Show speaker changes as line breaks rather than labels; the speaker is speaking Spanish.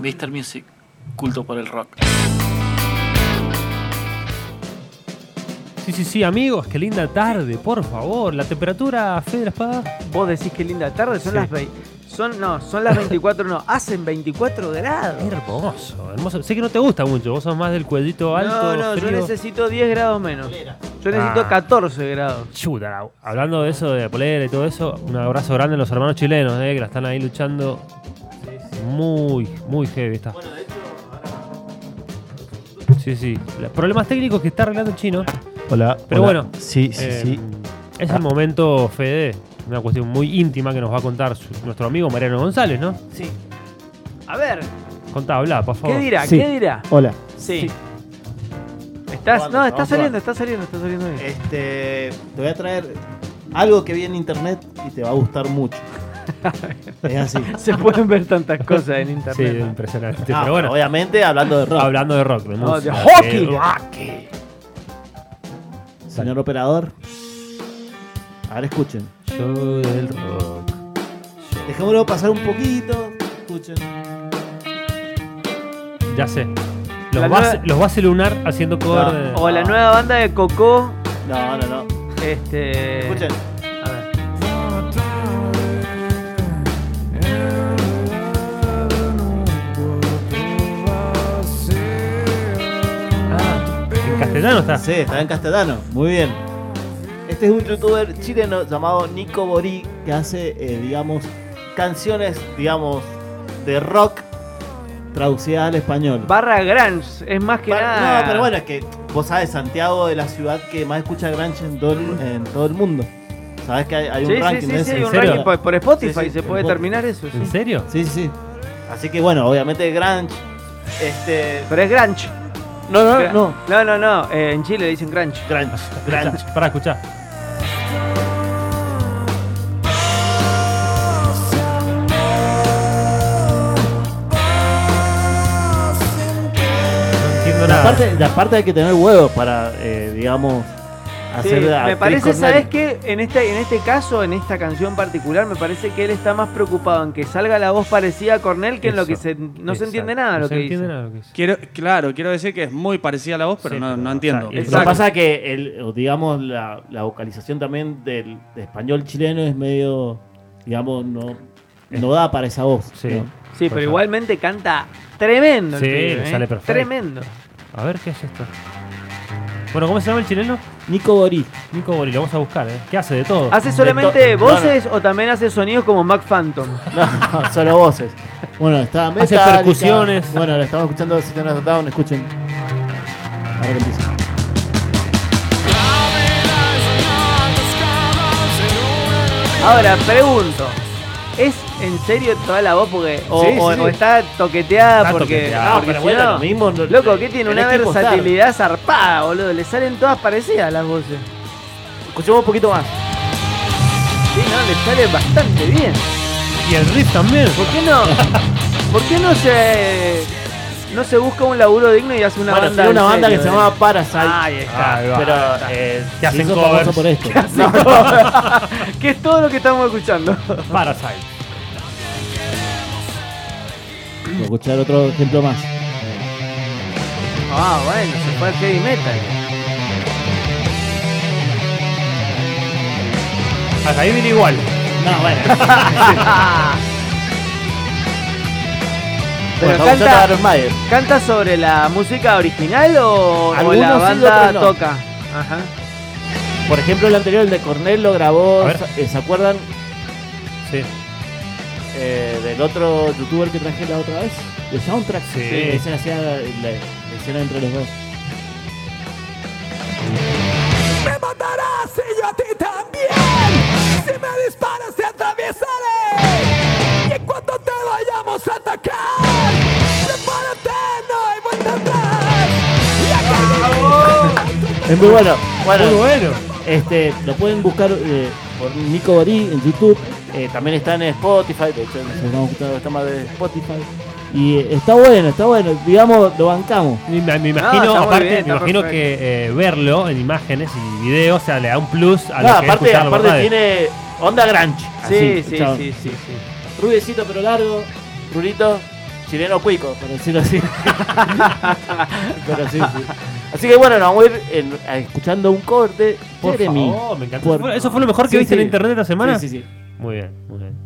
Mr. Music, culto por el rock.
Sí, sí, sí, amigos, qué linda tarde, por favor. La temperatura, Fede la Espada.
Vos decís que linda tarde, son
Sí.
las vei- son no, son las 24, no, hacen 24 grados.
Hermoso, hermoso. Sé que no te gusta mucho, vos sos más del cuellito alto.
no, no,
frío.
yo necesito 10 grados menos. Yo necesito
Ah.
14 grados.
Chuta, la- hablando de eso, de la polera y todo eso, un abrazo grande a los hermanos chilenos, eh, que la están ahí luchando. Muy, muy heavy está. Sí, sí. La- Problemas técnicos que está arreglando el chino.
Hola.
Pero
hola.
bueno,
Sí, sí,
Eh,
sí.
Es el momento, Fede, una cuestión muy íntima que nos va a contar su- nuestro amigo Mariano González, ¿no?
Sí. A ver,
Contá, habla, por favor.
¿qué dirá?
Sí.
¿Qué dirá?
Hola.
Sí. Estás, no, está
Vamos probando,
saliendo, está saliendo, está saliendo bien.
Este, te voy a traer algo que vi en internet y te va a gustar mucho. es así.
Se pueden ver tantas cosas en
Sí,
internet.
impresionante.
Ah,
pero bueno,
obviamente hablando de rock.
hablando de rock, de
No, de
música,
hockey. Ah.
de-
Señor operador. Ahora escuchen.
Yo del rock.
Dejémoslo pasar un poquito. Escuchen.
Ya sé. Los,
La
base,
nueva-
los base lunar haciendo cover
No.
de-
O la nueva banda de Coco,
No, no, no.
este.
Escuchen.
A ver. Ah,
En castellano está.
Sí, está en castellano. Muy bien. Este es un youtuber chileno llamado Nico Borí que hace, eh, digamos, canciones, digamos, de rock traducidas al español.
barra Grunge, es más que
Pa-
nada.
No, pero bueno, es que vos sabes, Santiago es la ciudad que más escucha Grunge en todo el, en todo el mundo. Sabes que hay, hay un
Sí,
ranking
sí,
de
sí, sí,
eso?
hay
¿En
un
serio?
ranking por, por Spotify,
Sí, sí,
se
por
puede
Spotify.
terminar eso, sí.
¿En serio?
Sí, sí, sí. Así que bueno, obviamente Grunge. Este.
Pero es Grunge.
Ah, No,
Gra- No, no, no, eh, en Chile le dicen Grunge.
Grunge, Grunge.
Escuchá, Pará, escuchá. No entiendo
La
nada.
parte, la parte hay que tener huevos para, eh, digamos,
Sí,
hacer la
me
actriz
parece,
Cornell.
¿sabes qué? En este, en este caso, en esta canción particular, me parece que él está más preocupado en que salga la voz parecida a Cornell que en lo
Eso.
que se, no se
Exacto.
entiende nada
No
lo
se
que
entiende
dice.
nada lo que dice.
Quiero, claro, quiero decir que es muy parecida a la voz, pero
Sí,
no,
pero,
no
o
entiendo.
sea,
Lo que
Exacto.
pasa que, el, o digamos, la, la vocalización también del de español chileno es medio, digamos, no, no da para esa voz.
Sí.
¿no?
Sí, pero
Perfecto.
igualmente canta tremendo. el
Sí,
pibe,
le
¿eh?
sale perfecto.
Tremendo.
A ver, ¿qué es esto? Bueno, ¿cómo se llama el chileno?
Nico Borí.
Nico Bori, lo vamos a buscar, ¿eh? ¿Qué hace de todo?
¿Hace solamente
to- no,
voces o también hace sonidos como Mac Phantom?
No, solo voces. Bueno, estaba
Hace
Metallica.
percusiones.
Bueno, lo estamos escuchando System of a Down, escuchen. Ahora que
Ah,
empieza.
Ah,
Ahora, pregunto. ¿Es en serio toda la voz? Porque, o,
Sí, sí,
o-
sí.
o está toqueteada
Está
porque.
toqueteada,
porque
pero
si
bueno,
no-
lo mismo, no-
Loco, que tiene
tenés
una
que apostar.
versatilidad zarpada, boludo. Le salen todas parecidas las voces.
Escuchemos un poquito más.
Sí, no, le sale bastante bien.
Y el riff también.
¿Por qué no? ¿Por qué no se. No se busca un laburo digno y hace una
bueno,
banda.
tiene
en
una banda
serio,
que se
eh?
llamaba Parasite.
Ahí está.
Ahí va.
pero eh,
Que hacen
se hizo
covers.
famoso por esto.
eh. que es todo lo que estamos escuchando.
Parasite.
Voy a escuchar otro ejemplo más.
Ah, bueno, se fue al heavy metal.
Hasta ahí viene igual.
No, bueno.
Pero
Bueno, vamos a
canta,
Aaron Mayer.
canta sobre la música original o, o
Algunos
la
sí,
banda
otros no.
toca. Ajá.
Por ejemplo, el anterior, el de Cornell, lo grabó.
A ver.
eh, ¿Se acuerdan
Sí.
eh, del otro youtuber que traje la otra vez? ¿De Soundtrack?
Sí.
Ese hacía la, la escena entre los dos. Ah, oh. Es muy bueno. Bueno,
Muy bueno.
Este, lo pueden buscar eh, por Nico Borí en YouTube. Eh, también está en Spotify. De hecho, nos estamos escuchando los temas de Spotify. Y eh, está bueno, está bueno. Digamos, lo bancamos.
Me, me
está
imagino,
muy
aparte,
bien, está
me imagino
perfecto.
que eh, verlo en imágenes y videos, o sea, le da un plus a lo
No,
Ah, que es
aparte,
escucharlo por
aparte
radio.
tiene onda grunge.
Sí,
Así,
sí,
chao.
sí, sí, sí.
Rubiecito pero largo. Rulito. Chileno cuico, por decirlo así. Pero sí, sí. Así que bueno, nos vamos a ir en- a- escuchando un cover de
Por
Jeremy.
favor, me encantó.
Por-
Bueno, ¿Eso fue lo mejor que
Sí,
viste
sí.
en internet esta semana?
Sí, sí, sí.
Muy bien, muy bien.